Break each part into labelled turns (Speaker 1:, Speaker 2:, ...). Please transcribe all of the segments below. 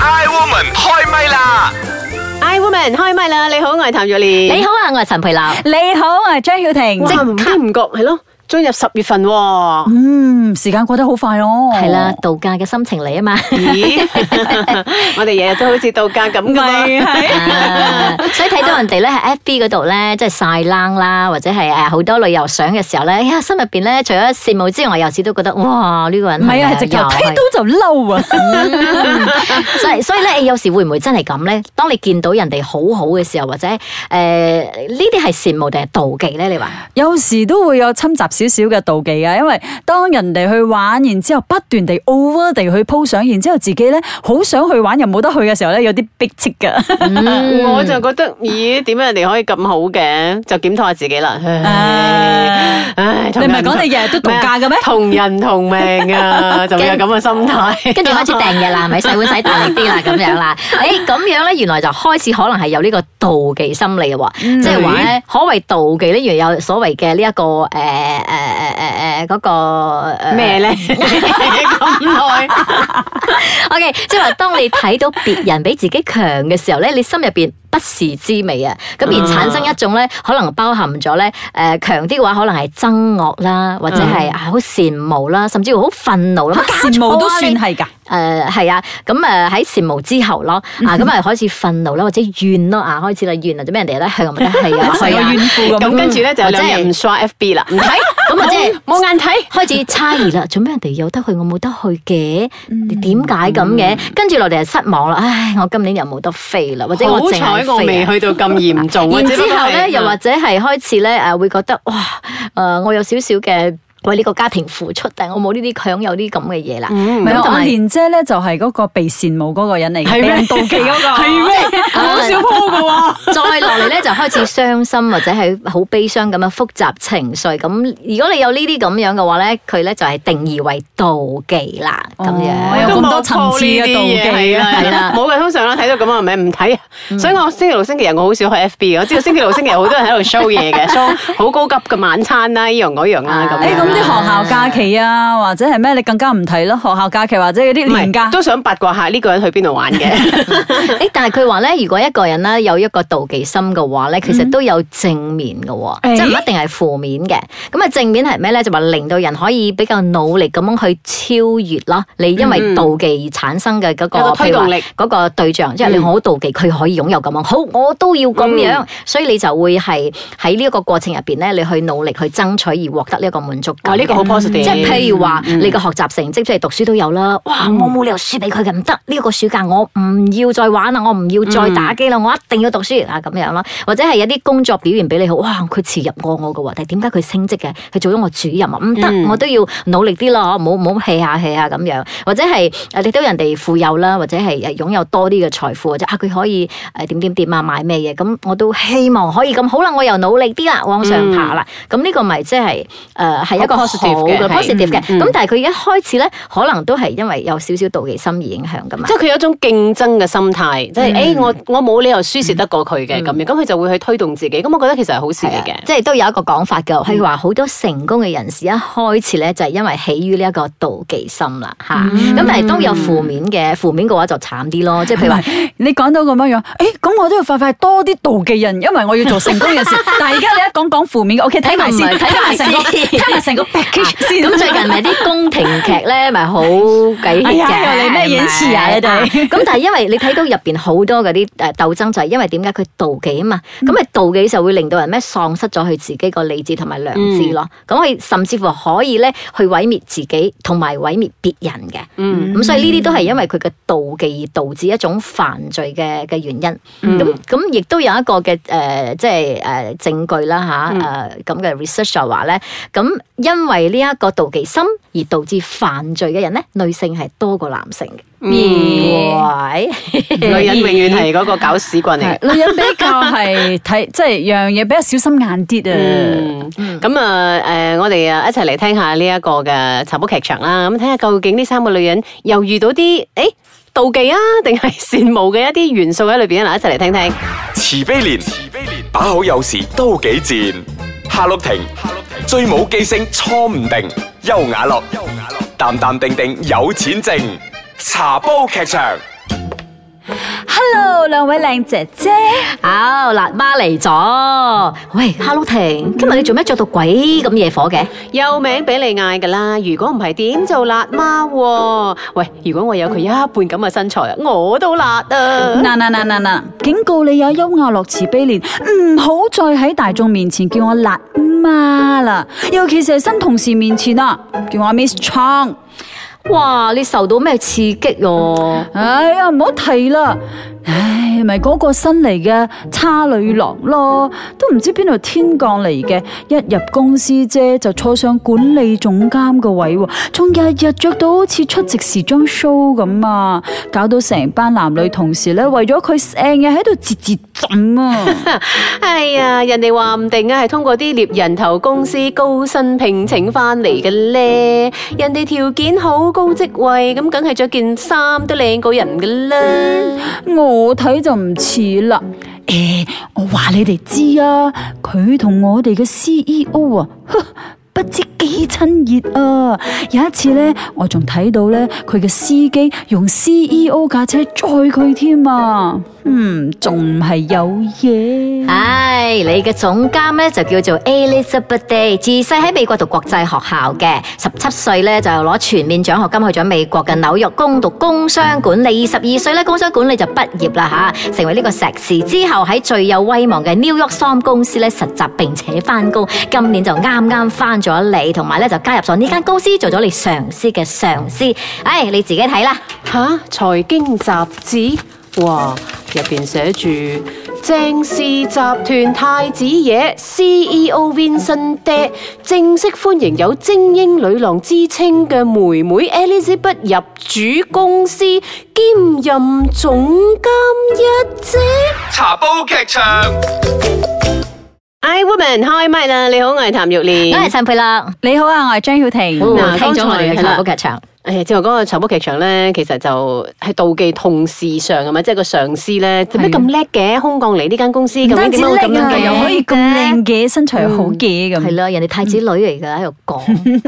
Speaker 1: Iwoman 開唛啦！
Speaker 2: I woman 開唛啦！你好，我係譚玉蓮。
Speaker 3: 你好啊，我係陳培立。
Speaker 4: 你好，我係張曉婷。
Speaker 2: 哇，唔知唔覺係咯，進入十月份 喎。
Speaker 4: 嗯，時間過得好快哦。
Speaker 3: 係啦，度假嘅心情嚟啊嘛。
Speaker 2: 咦，我哋日日都好似度假咁噶嘛。
Speaker 4: 咪 係
Speaker 3: 啊所以睇到人哋咧喺 FB 嗰度咧，即係晒冷啦，或者係誒好多旅遊相嘅時候咧，哎呀心入邊咧除咗羨慕之外，有時都覺得哇呢個人
Speaker 4: 唔係啊，係直頭
Speaker 3: 又
Speaker 4: 睇到就嬲啊！
Speaker 3: 所以所以咧，有時會唔會真係咁咧？當你見到人哋好好嘅時候，或者誒呢啲係羨慕定係妒忌咧？你話
Speaker 4: 有時都會有侵襲少少嘅妒忌啊，因為當人哋去玩，然之後不斷地 over 地去 po 相，然之後自己咧好想去玩又冇得去嘅時候咧，有啲逼切噶。
Speaker 3: 嗯 Ừ.
Speaker 2: 我就覺得，咦，點解人哋可以咁好嘅？就檢討下自己啦。唉
Speaker 4: 唉，
Speaker 2: 唉
Speaker 4: 你唔係講你日日都度假嘅咩？
Speaker 2: 同人同命啊，就會有咁嘅心態。
Speaker 3: 跟住 開始訂嘢啦，係咪洗碗洗大力啲啦，咁樣啦。誒、咁樣咧，原來就開始可能係有呢個妒忌心理喎，即係話咧，可謂妒忌咧，原來有所謂嘅呢一個誒誒誒誒誒嗰個呃
Speaker 2: 咩咧？ 咁耐
Speaker 3: OK，即係話當你睇到別人比自己強嘅時候咧，你心入邊不是滋味啊，咁
Speaker 4: 嗯
Speaker 3: 而產生一種咧，可能包含咗咧，誒強啲嘅話，可能係憎惡啦，或者係啊好羨慕啦，甚至乎好憤怒啦，乜搞
Speaker 4: 嗯羨慕
Speaker 3: 錯
Speaker 4: 都
Speaker 3: 啊
Speaker 4: 算
Speaker 3: 你
Speaker 4: 係㗎。
Speaker 3: 誒係啊，咁誒喺羨慕之後咯，
Speaker 4: 嗯
Speaker 3: 啊咁啊開始憤怒啦，或者怨咯啊，開始啦怨啊，做咩人哋咧向 咪得係啊，
Speaker 4: 成
Speaker 3: 係
Speaker 4: 個
Speaker 3: 啊
Speaker 4: 怨，婦咁。
Speaker 2: 咁跟住咧就有兩日唔刷 FB 啦，唔睇，
Speaker 3: 咁啊即係
Speaker 2: 冇眼睇。
Speaker 3: 開始猜疑 啦，做咩人哋有得去我冇得去嘅？
Speaker 2: 嗯
Speaker 3: 你點解咁嘅？跟住落嚟就失望啦，唉，我今年又冇得飛啦，或者我
Speaker 2: 好
Speaker 3: 淨
Speaker 2: 彩
Speaker 3: 係
Speaker 2: 我
Speaker 3: 飛
Speaker 2: 未
Speaker 3: 啊。
Speaker 2: 去到咁嚴重啊。
Speaker 3: 然
Speaker 2: 只不
Speaker 3: 之
Speaker 2: 過
Speaker 3: 後
Speaker 2: 係
Speaker 3: 咧，又或者係開始咧誒會覺得哇誒，我有少少嘅為呢個家庭付出，但係我冇呢啲享有啲咁嘅嘢啦。
Speaker 2: 嗯
Speaker 4: 唔係
Speaker 3: 咁同
Speaker 4: 我
Speaker 3: 埋
Speaker 4: 蓮姐咧，就係嗰個被羨慕嗰個人嚟嘅，
Speaker 2: 係
Speaker 4: 俾
Speaker 2: 咩
Speaker 4: 人妒忌嗰個。
Speaker 2: 嗯 係啊咩？
Speaker 3: 好少
Speaker 2: 鋪嘅喎。
Speaker 3: 再落嚟咧就開始傷心或者係好悲傷咁樣複雜情緒。咁如果你有呢啲咁樣嘅話咧，佢咧就係定義為妒忌啦咁
Speaker 4: 哦有
Speaker 3: 樣。
Speaker 4: 咁多層次嘅妒忌
Speaker 2: 係啦，係啦
Speaker 3: 係啦，
Speaker 2: 冇嘅。通常咧睇到咁啊，咪唔睇啊。所以我星期六、星期日我好少去 FB 嘅。我知道星期六、星期日好多人喺度 show 嘢嘅，show 好高級嘅晚餐啦，依樣嗰樣啦咁
Speaker 4: 誒，
Speaker 2: 樣
Speaker 4: 咁啲
Speaker 2: 啦。
Speaker 4: 學校假期啊，或者係咩？你更加唔睇咯，學校假期或者嗰啲
Speaker 2: 唔
Speaker 4: 年假
Speaker 2: 係，。都想八卦下呢個人去邊度玩嘅。
Speaker 3: 誒，但係佢話咧，如果一個人咧有一個妒忌心嘅話咧，其
Speaker 2: 嗯
Speaker 3: 實都有正面嘅喎，
Speaker 4: 誒
Speaker 3: 即係唔一定係負面嘅。咁啊，正面係咩咧？就話令到人可以比較努力咁樣去超越咯。你因為妒忌而產生嘅嗰個
Speaker 2: 嗯有個推
Speaker 3: 譬如話
Speaker 2: 動力
Speaker 3: 嗰個對象，即係你
Speaker 2: 嗯
Speaker 3: 好妒忌佢可以擁有咁樣，好我都要咁樣，所以你就會係喺呢一個過程入邊咧，你去努力去爭取而獲得呢一個滿足
Speaker 2: 哇，
Speaker 3: 感。
Speaker 2: 哦呢個好 positive。
Speaker 3: 即係譬如話，
Speaker 2: 嗯
Speaker 3: 你個學習成績即係讀書都有啦。哇！我冇理由輸俾佢嘅，唔得！呢個暑假我唔要再玩啦，我唔要
Speaker 2: 嗯
Speaker 3: 再打機啦，我一定要讀書啊咁樣啦。或者係有啲工作表現比你好，哇！佢遲入過我嘅喎，但係點解佢升職嘅？佢做咗我主任啊，唔得！
Speaker 2: 嗯
Speaker 3: 我都要努力啲咯，唔好唔好 hea 下 hea 下咁樣。或者係誒你都人哋富有啦，或者係誒擁有多啲嘅財富，或者啊佢可以誒點點點啊買咩嘢，咁我都希望可以咁好啦，我又努力啲啦，往上爬啦。咁呢個咪即係誒係一個
Speaker 2: 嗯好
Speaker 3: 好
Speaker 2: positive
Speaker 3: 嘅
Speaker 2: 嘅係
Speaker 3: positive 嘅。
Speaker 2: 嗯
Speaker 3: 咁但係佢一開始咧，可能都係因為有少少妒忌心而影響噶嘛
Speaker 2: 即。係佢有一種競爭嘅心態，即係誒我我冇理由輸蝕得過佢嘅咁樣，咁佢就會去推動自己。咁我覺得其實係好事嚟嘅。
Speaker 3: 即係都有一個講法㗎，譬如話好多成功嘅人士一開始咧就係因為起於呢一個妒忌心啦嚇，
Speaker 4: 嗯
Speaker 3: 咁、但係都有負面嘅，負面嘅話就慘啲咯，即係譬如
Speaker 4: 嗯
Speaker 3: 話。
Speaker 4: 你講到咁樣樣，誒、咁我都要快快多啲妒忌人，因為我要做成功嘅 事。但係而家你一講講負面嘅，OK，睇埋先，
Speaker 3: 唔係
Speaker 4: 睇埋成個，
Speaker 3: 睇埋先
Speaker 4: 睇埋成 個 package 先。
Speaker 3: 咁最近咪啲宮廷劇咧，咪 好鬼 hit
Speaker 4: 哎
Speaker 3: 嘅。
Speaker 4: 呀又嚟咩演詞啊你哋
Speaker 3: 係咪咁但係因為你睇到入邊好多嗰啲誒鬥爭，就係因為點解佢妒忌啊嘛？咁咪妒忌就會令到人咩喪失咗佢自己個理智同埋良知咯。咁佢甚至乎可以咧去毀滅自己同埋毀滅別人嘅。
Speaker 2: 嗯
Speaker 3: 咁所以呢啲都係因為佢嘅妒忌而導致一種犯罪嘅嘅原因。咁咁亦都有一個嘅誒、呃即係誒、呃、證據啦吓，誒咁嘅 research 就話咧，咁因為呢一個妒忌心而導致犯罪嘅人咧，女性係多過男性嘅。
Speaker 4: 咦
Speaker 2: 女
Speaker 3: 喂，
Speaker 2: 人永遠係嗰個搞屎棍嚟嘅。
Speaker 4: 係女人比較係睇， 即係樣嘢比較小心眼啲啊。
Speaker 2: 嗯，咁啊，誒，我哋啊一齊嚟聽下呢一個嘅茶煲劇場啦，咁睇下究竟呢三個女人又遇到啲誒妒忌啊，定係羨慕嘅一啲元素喺裏邊啊，嗱，一齊嚟聽聽。
Speaker 1: 慈悲蓮，慈悲蓮，把口有時都幾賤。夏綠庭，夏綠庭，最冇記性錯唔定。優雅樂，優雅樂，淡淡定定有錢剩。茶煲劇場。
Speaker 4: ，Hello，兩位靚姐姐，
Speaker 3: 好，辣媽嚟咗。喂，Hello 婷，今日你做咩着到鬼咁夜火嘅？
Speaker 2: 有名俾你嗌噶啦，如果唔係點做辣媽喎？喂，如果我有佢一半咁嘅身材啊，我都辣啊！
Speaker 4: 嗱嗱嗱嗱嗱，警告你啊，優雅樂慈悲蓮，唔好再喺大眾面前叫我辣媽啦，尤其是係新同事面前啊，叫我 Miss Chong。
Speaker 3: 哇，你受到咩刺激喎？
Speaker 4: 哎呀，唔好提啦，唉，咪嗰個新嚟嘅差女郎咯，都唔知邊度天降嚟嘅，一入公司啫就坐上管理總監個位喎，仲日日着到好似出席時裝 show 咁啊，搞到成班男女同事咧為咗佢成日喺度節節浸啊！
Speaker 2: 哎呀，人哋話唔定啊，係通過啲獵人頭公司高薪聘請翻嚟嘅咧。人哋條件好，高職位，咁梗係着件衫都靚過人嘅啦。
Speaker 4: 我睇就唔似啦。誒、我話你哋知啊，佢同我哋嘅 CEO 啊， 呵不知幾親熱啊！有一次呢，我仲睇到呢，佢嘅司機用 CEO 架車載佢添啊。嗯，仲唔係有嘢？
Speaker 3: 唉，你嘅總監咧就叫做 Elizabeth Day，自細喺美國讀國際學校嘅，十七歲咧就攞全面獎學金去咗美國嘅紐約攻讀工商管理，二十二歲咧工商管理就畢業啦吓，成為呢個碩士之後喺最有威望嘅 New York Sun 公司咧實習並且翻工，今年就啱啱翻咗嚟，同埋咧就加入咗呢間公司做咗你上司嘅上司，唉，你自己睇啦。
Speaker 2: 吓，財經雜誌，哇，入邊寫住鄭氏集團太子爺 CEO Vincent 爹 E 正式歡迎有精英女郎之稱嘅妹妹 Elizabeth 入主公司，兼任總監一職。
Speaker 1: 茶煲劇場。
Speaker 2: I woman 開麥啦！你好，我係譚玉蓮。
Speaker 3: 我係陳佩樂，
Speaker 4: 你好啊，我係張曉婷。
Speaker 2: 嗱
Speaker 3: 聽咗我哋嘅
Speaker 2: 嗯剛才係啦
Speaker 3: 茶煲劇場。
Speaker 2: 誒，哎正話嗰個財寶劇場咧，其實就係妒忌同事上啊嘛，即係個上司咧，做咩咁叻嘅，空降嚟呢間公司咁樣點解會咁樣
Speaker 3: 叻啊
Speaker 2: 嘅？
Speaker 4: 又可以咁靚嘅，身材又好嘅
Speaker 3: 係
Speaker 2: 嗯
Speaker 4: 咁。
Speaker 3: 啦，人哋太子女嚟㗎，喺度講。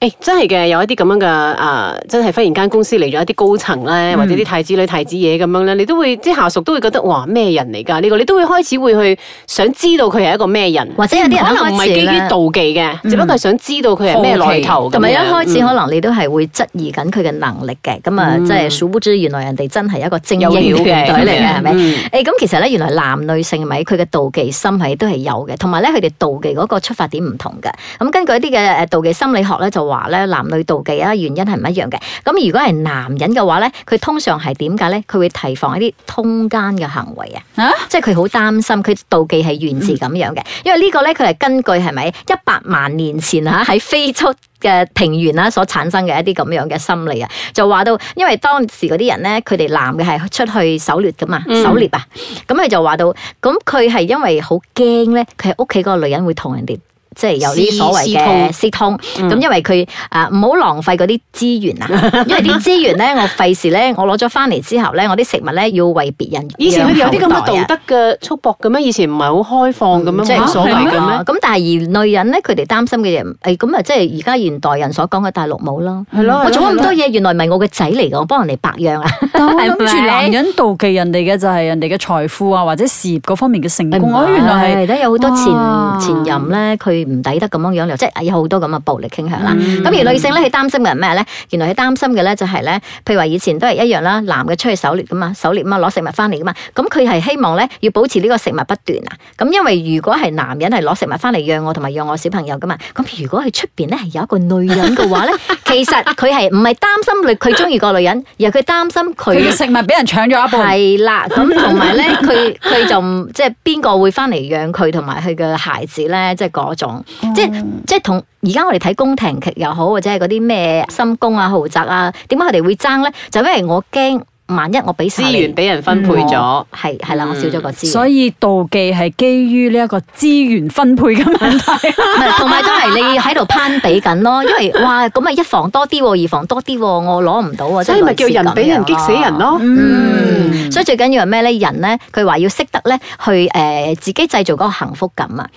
Speaker 2: 誒、真係嘅，有一啲咁樣嘅啊，真係忽然間公司嚟咗一啲高層咧，
Speaker 3: 嗯
Speaker 2: 或者啲太子女、太子爺咁樣咧，你都會啲下屬都會覺得哇咩人嚟㗎？呢、個你都會開始會去想知道佢係一個咩人，
Speaker 3: 或者有啲人
Speaker 2: 可能唔係基於妒忌嘅，只不過係想知道佢係咩來頭咁樣。
Speaker 3: 嗯同埋一開始
Speaker 2: 嗯
Speaker 3: 可能你都係會質疑緊佢嘅能力嘅，咁啊，即係殊不知原來人哋真係一個精英
Speaker 2: 有料
Speaker 3: 團
Speaker 2: 嘅
Speaker 3: 隊嚟
Speaker 2: 咁
Speaker 3: 嘅，
Speaker 2: 樣
Speaker 3: 係咪？
Speaker 2: 嗯
Speaker 3: 誒咁其實咧，原來男女性咪佢嘅妒忌心係都係有嘅，同埋咧佢哋妒忌嗰個出發點唔同嘅。咁根據一啲嘅誒妒忌心理學咧，就話咧男女妒忌啊原因係唔一樣嘅。咁如果係男人嘅話咧，佢通常係點解咧？佢會提防一啲通奸嘅行為啊。
Speaker 4: 啊
Speaker 3: 即係佢好擔心，佢妒忌係源自咁樣嘅，因為呢個咧佢係根據係咪一百萬年前嚇 喺非洲。嘅平原啦，所產生嘅一啲咁樣嘅心理啊，就話到，因為當時嗰啲人咧，佢哋男嘅係出去狩獵噶嘛，
Speaker 2: 嗯
Speaker 3: 狩獵啊，咁佢就話到，咁佢係因為好驚咧，佢喺屋企嗰個女人會同人哋即係有呢啲所謂
Speaker 2: 私通嗯
Speaker 3: 嘅私通，咁因為佢啊唔好浪費嗰啲資源啊， 因為啲資源咧，我費事咧，我攞咗翻嚟之後咧，我啲食物咧要為別人
Speaker 2: 以前佢哋有啲咁
Speaker 3: 養後代啊
Speaker 2: 嘅道德嘅束縛嘅咩？以前唔係好開放咁樣，
Speaker 3: 即係
Speaker 2: 冇所謂
Speaker 3: 係
Speaker 2: 嘅
Speaker 3: 啊
Speaker 2: 咩？
Speaker 3: 咁但係而女人咧，佢哋擔心嘅嘢，誒咁啊，即係而家現代人所講嘅大陸冇咯。
Speaker 2: 係咯，
Speaker 3: 我做咗咁多
Speaker 2: 嘢，
Speaker 3: 嘢，原來唔係我嘅仔嚟嘅，我幫人哋白養啊！
Speaker 4: 但我諗
Speaker 3: 係
Speaker 4: 住
Speaker 3: 咪
Speaker 4: 男人妒忌人哋嘅就係人哋嘅財富啊，或者事業嗰方面嘅成功。我原來係
Speaker 3: 係，都有好多前
Speaker 4: 哇
Speaker 3: 前任咧，佢唔抵得咁樣樣，即係有好多咁嘅暴力傾向啦。
Speaker 4: 嗯
Speaker 3: 咁而女性咧，佢擔心嘅係咩咧？原來佢擔心嘅咧就係咧，譬如話以前都係一樣啦，男嘅出去狩獵噶嘛，狩獵咁啊攞食物翻嚟噶嘛，咁佢係希望咧要保持呢個食物不斷啊。咁因為如果係男人係攞食物翻嚟養我同埋養我小朋友噶嘛，咁如果佢出邊咧係有一個女人嘅 話咧，其實佢係唔係擔心佢佢中意個女人，而係佢擔心
Speaker 4: 佢
Speaker 3: 佢
Speaker 4: 嘅。食物俾人搶咗一半。
Speaker 3: 係啦，咁同埋咧， 佢佢就唔即係邊個會翻嚟養佢同埋佢嘅孩子咧？即係嗰種，
Speaker 2: 哦
Speaker 3: 即係即係同而家我哋睇宮廷劇又好，或者係嗰啲咩深宮啊、豪宅啊，點解佢哋會爭咧？就因為我驚，萬一我俾晒
Speaker 2: 資
Speaker 3: 你
Speaker 2: 源俾人分配咗。嗯
Speaker 3: 係係啦，我少咗個資源。
Speaker 4: 所以妒忌係基於呢一個資源分配嘅問題。
Speaker 3: 唔係同埋都係你喺度攀比緊咯，因為哇咁啊一房多啲喎，二房多啲喎，我攞唔到啊，即
Speaker 2: 所
Speaker 3: 係
Speaker 2: 以咪
Speaker 3: 類似
Speaker 2: 叫人俾人
Speaker 3: 咁樣
Speaker 2: 激死人。咯。
Speaker 3: 嗯，所以最緊要係咩咧？人咧，佢話要識得咧，去誒、呃自己製造嗰個幸福感啊！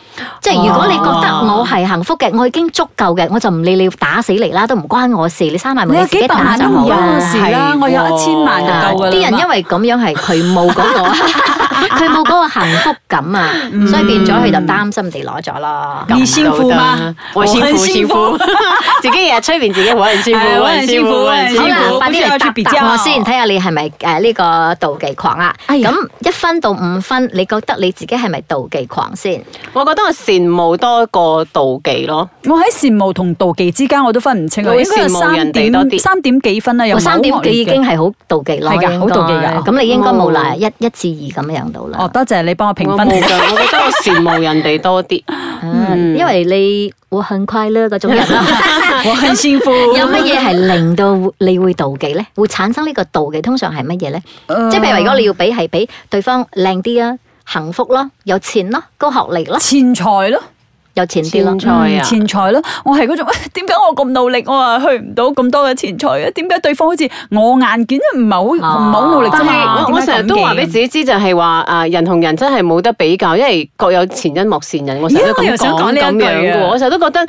Speaker 3: 即係
Speaker 4: 哦
Speaker 3: 如果你覺得我係幸福嘅，我已經足夠嘅，我就唔理你打死你啦，都唔關我事，你閂埋門 你
Speaker 4: 你有
Speaker 3: 自
Speaker 4: 幾
Speaker 3: 己
Speaker 4: 百
Speaker 3: 打
Speaker 4: 萬
Speaker 3: 就
Speaker 4: 都唔
Speaker 3: 好
Speaker 4: 關我
Speaker 3: 啦。
Speaker 4: 事啦，
Speaker 2: 係
Speaker 4: 我有
Speaker 2: 喎
Speaker 4: 一千萬
Speaker 3: 係啊
Speaker 4: 夠㗎啦
Speaker 3: 啲人因為咁樣係佢冇嗰個，佢冇嗰個幸福感啊，
Speaker 4: 嗯
Speaker 3: 所以變咗佢就擔心地攞咗咯。
Speaker 4: 你幸福嗎？
Speaker 2: 我幸福幸福， 自己日日催眠自己，我很幸福，
Speaker 4: 哎我
Speaker 2: 我
Speaker 4: 很
Speaker 2: 很
Speaker 4: 幸
Speaker 2: 幸
Speaker 4: 福
Speaker 2: 福，我很
Speaker 4: 幸
Speaker 2: 幸
Speaker 3: 好
Speaker 4: 福
Speaker 2: 福。
Speaker 3: 啦，快啲
Speaker 4: 不需要去比
Speaker 3: 嚟答
Speaker 4: 較
Speaker 3: 答我先，睇下你係咪誒呢個妒忌狂啊？
Speaker 4: 哎呀
Speaker 3: 咁一分到五分，你覺得你自己係咪妒忌狂先？
Speaker 2: 我覺得我羨慕多過妒忌咯，
Speaker 4: 我喺羨慕同妒忌之間，我都分唔清啊，
Speaker 2: 我會
Speaker 4: 應該有
Speaker 2: 羨慕
Speaker 4: 三
Speaker 2: 人哋多
Speaker 4: 點
Speaker 2: 啲
Speaker 4: 三點幾分啦，又
Speaker 3: 我
Speaker 4: 唔係好
Speaker 3: 三點
Speaker 4: 惡劣
Speaker 3: 幾已
Speaker 4: 嘅
Speaker 3: 經係好妒忌咯，
Speaker 4: 係
Speaker 3: 應
Speaker 4: 㗎
Speaker 3: 該
Speaker 4: 好妒忌㗎
Speaker 3: 咁你應該冇啦，
Speaker 2: 哦
Speaker 3: 一一至二咁樣到啦
Speaker 4: 哦，。多謝你幫我評
Speaker 2: 我
Speaker 4: 分
Speaker 2: 冇。㗎，我覺得我羨慕人哋多啲。
Speaker 3: 啊因為你我很快樂嗰種人 啦。
Speaker 4: 我很幸福。
Speaker 3: 有乜嘢係令到你會妒忌咧？會產生呢個妒忌，通常係乜嘢咧？
Speaker 4: 呃
Speaker 3: 即係譬如如果你要比係比對方靚啲啊、幸福咯、有錢咯、高學歷咯、
Speaker 4: 錢財咯，
Speaker 3: 有錢啲咯
Speaker 2: 錢。財啊
Speaker 4: 錢財咯，我係嗰種， 點解我咁努力，我啊去唔到咁多嘅錢財啊？點解對方好似我眼見唔係好唔係好努力
Speaker 2: 但
Speaker 4: 啫嘛？
Speaker 2: 係我我
Speaker 4: 點解
Speaker 2: 成日都
Speaker 4: 咁嘅
Speaker 2: 話俾自己知，就係話啊，人同人真係冇得比較，因為各有前因莫善人。我成日都
Speaker 4: 咦我
Speaker 2: 咁
Speaker 4: 又想講
Speaker 2: 講
Speaker 4: 呢一
Speaker 2: 咁
Speaker 4: 句
Speaker 2: 樣
Speaker 4: 啊
Speaker 2: 嘅喎，我成日都覺得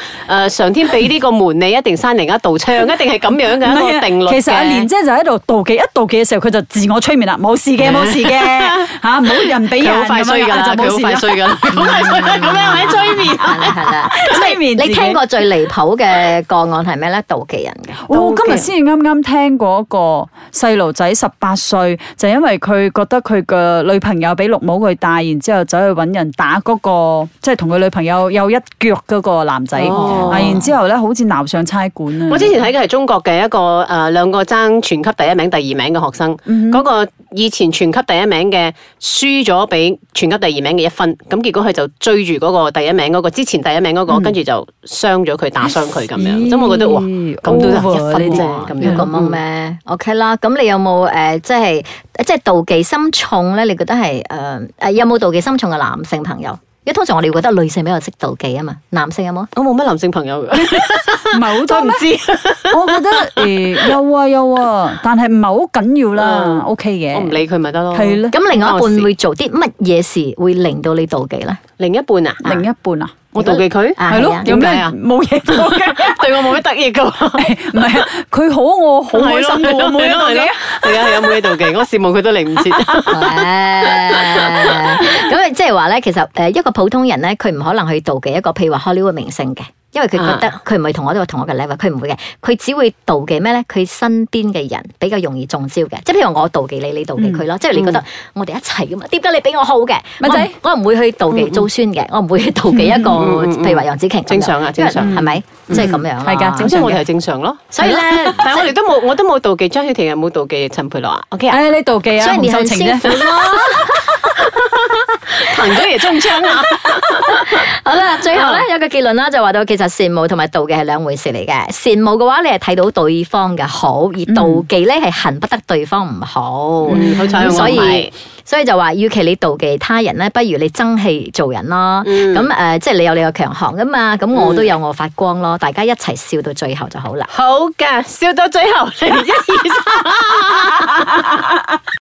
Speaker 2: 誒上天俾呢個門你，一定閂另一道窗，一定係咁樣嘅一個定律嘅
Speaker 4: 啊其實阿蓮姐就喺度妒忌，一妒忌嘅時候佢就自我催眠啦，冇事嘅，冇 事嘅，吓唔好人俾
Speaker 2: 佢
Speaker 4: 人
Speaker 2: 好快衰
Speaker 4: 咁
Speaker 2: 㗎
Speaker 4: 樣
Speaker 2: 啦，
Speaker 4: 就
Speaker 2: 佢好
Speaker 4: 冇
Speaker 2: 快
Speaker 4: 事啊
Speaker 2: 衰㗎啦，佢好快衰啦，咁樣 喺催眠。
Speaker 3: 係啦係啦，
Speaker 4: 催眠自己
Speaker 3: 你聽過最離譜嘅個案係咩咧？妒忌人嘅。
Speaker 4: 我今
Speaker 2: 妒
Speaker 4: 日
Speaker 2: 忌
Speaker 4: 先至啱啱聽過一個細路仔十八歲，就因為佢覺得佢嘅女朋友俾綠帽佢戴，然之後走去揾人打嗰、個，即係同佢女朋友有一腳嗰個男仔，
Speaker 2: 哦
Speaker 4: 啊，然之後咧好似鬧上差館啊！
Speaker 2: 我之前睇嘅係中國嘅一個誒兩個爭全級第一名、第二名嘅學生，嗰個以前全級第一名嘅輸咗俾全級第二名嘅一分，咁結果佢就追住嗰個第一名嗰個，之前第一名嗰個，跟住就傷咗佢，打傷佢咁樣。
Speaker 4: 咦
Speaker 2: 咁我覺得哇，咁都得
Speaker 4: over
Speaker 2: 一分啫
Speaker 4: 呢啲
Speaker 2: 咁
Speaker 3: 要
Speaker 2: 樣
Speaker 3: 咁樣
Speaker 2: 嗯
Speaker 3: 咩？OK 啦，咁你有冇誒、呃即係即係妒忌心重咧？你覺得係誒誒有冇妒忌心重嘅男性朋友？因為通常我哋會覺得女性比較識妒忌啊嘛，男性有冇？
Speaker 2: 我冇乜男性朋 友嘅，
Speaker 4: 唔係好
Speaker 2: 都
Speaker 4: 多
Speaker 2: 唔
Speaker 4: 咩？
Speaker 2: 知。
Speaker 4: 我覺得誒、有啊有啊，但係唔係好緊要啦
Speaker 2: 嗯
Speaker 4: ，OK 嘅。
Speaker 2: 我唔理佢咪得咯。
Speaker 4: 係啦
Speaker 3: 咁另外
Speaker 2: 關
Speaker 3: 一
Speaker 2: 我事
Speaker 3: 半會做啲乜嘢事會令到你妒忌咧？
Speaker 2: 另一半啊，
Speaker 4: 另一半啊，
Speaker 2: 我妒忌佢，
Speaker 3: 啊
Speaker 4: 係
Speaker 3: 係
Speaker 4: 咯
Speaker 3: 啊，
Speaker 4: 有咩
Speaker 2: 點解啊
Speaker 4: 冇嘢講嘅？
Speaker 2: 對我冇乜得益噶。
Speaker 4: 唔係啊，佢好我好開心嘅喎，冇嘢講
Speaker 2: 係
Speaker 4: 嘅
Speaker 2: 咯。係啊係啊，冇嘢妒忌，我羨慕佢都嚟唔切。
Speaker 3: 咁啊，即係話咧，其實誒一個普通人咧，佢唔可能去妒忌一個譬如話 Hollywood 明星嘅，因為佢覺得
Speaker 2: 啊
Speaker 3: 佢唔係同我呢個同我嘅 level，佢唔會嘅，佢只會妒忌咩咧？佢身邊嘅人比較容易中招嘅，即係譬如我妒忌你，你妒忌
Speaker 2: 嗯
Speaker 3: 佢咯，即係你覺得啊我哋一齊噶嘛，點解你比我好嘅？
Speaker 4: 咪仔
Speaker 3: 我唔我唔會去妒忌周酸嘅，我唔會去妒忌一個
Speaker 2: 嗯嗯嗯嗯
Speaker 3: 譬如話楊紫瓊咁樣，嗯
Speaker 2: 正常啊正常
Speaker 3: 因為係咪？即係咁樣啦，
Speaker 4: 係㗎正
Speaker 2: 咁即係我哋係正常咯。
Speaker 3: 所以咧，
Speaker 2: 但係我哋都冇，我都冇妒忌張曉婷，又冇妒忌陳佩樂啊。OK 啊，
Speaker 4: 誒，你妒忌
Speaker 3: 所
Speaker 4: 啊，
Speaker 3: 以你
Speaker 4: 洪秀
Speaker 3: 很
Speaker 4: 晴
Speaker 3: 幸
Speaker 4: 啫
Speaker 3: 福。咯。
Speaker 2: 彭祖爺中槍啊！
Speaker 3: 好啦，最後咧有個結論啦，就話到其實羨慕同埋妒忌係兩回事嚟嘅。羨慕嘅話，你係睇到對方嘅好，而妒忌咧係恨不得對方唔好。
Speaker 2: 嗯好彩我唔係
Speaker 3: 所以所以就話，與其你妒忌他人咧，不如你爭氣做人咯。咁
Speaker 2: 嗯
Speaker 3: 誒、呃即係你有你嘅強項噶嘛，咁我都有我發光咯，大家一齊笑到最後就好啦。
Speaker 2: 好噶，笑到最後，你一二三。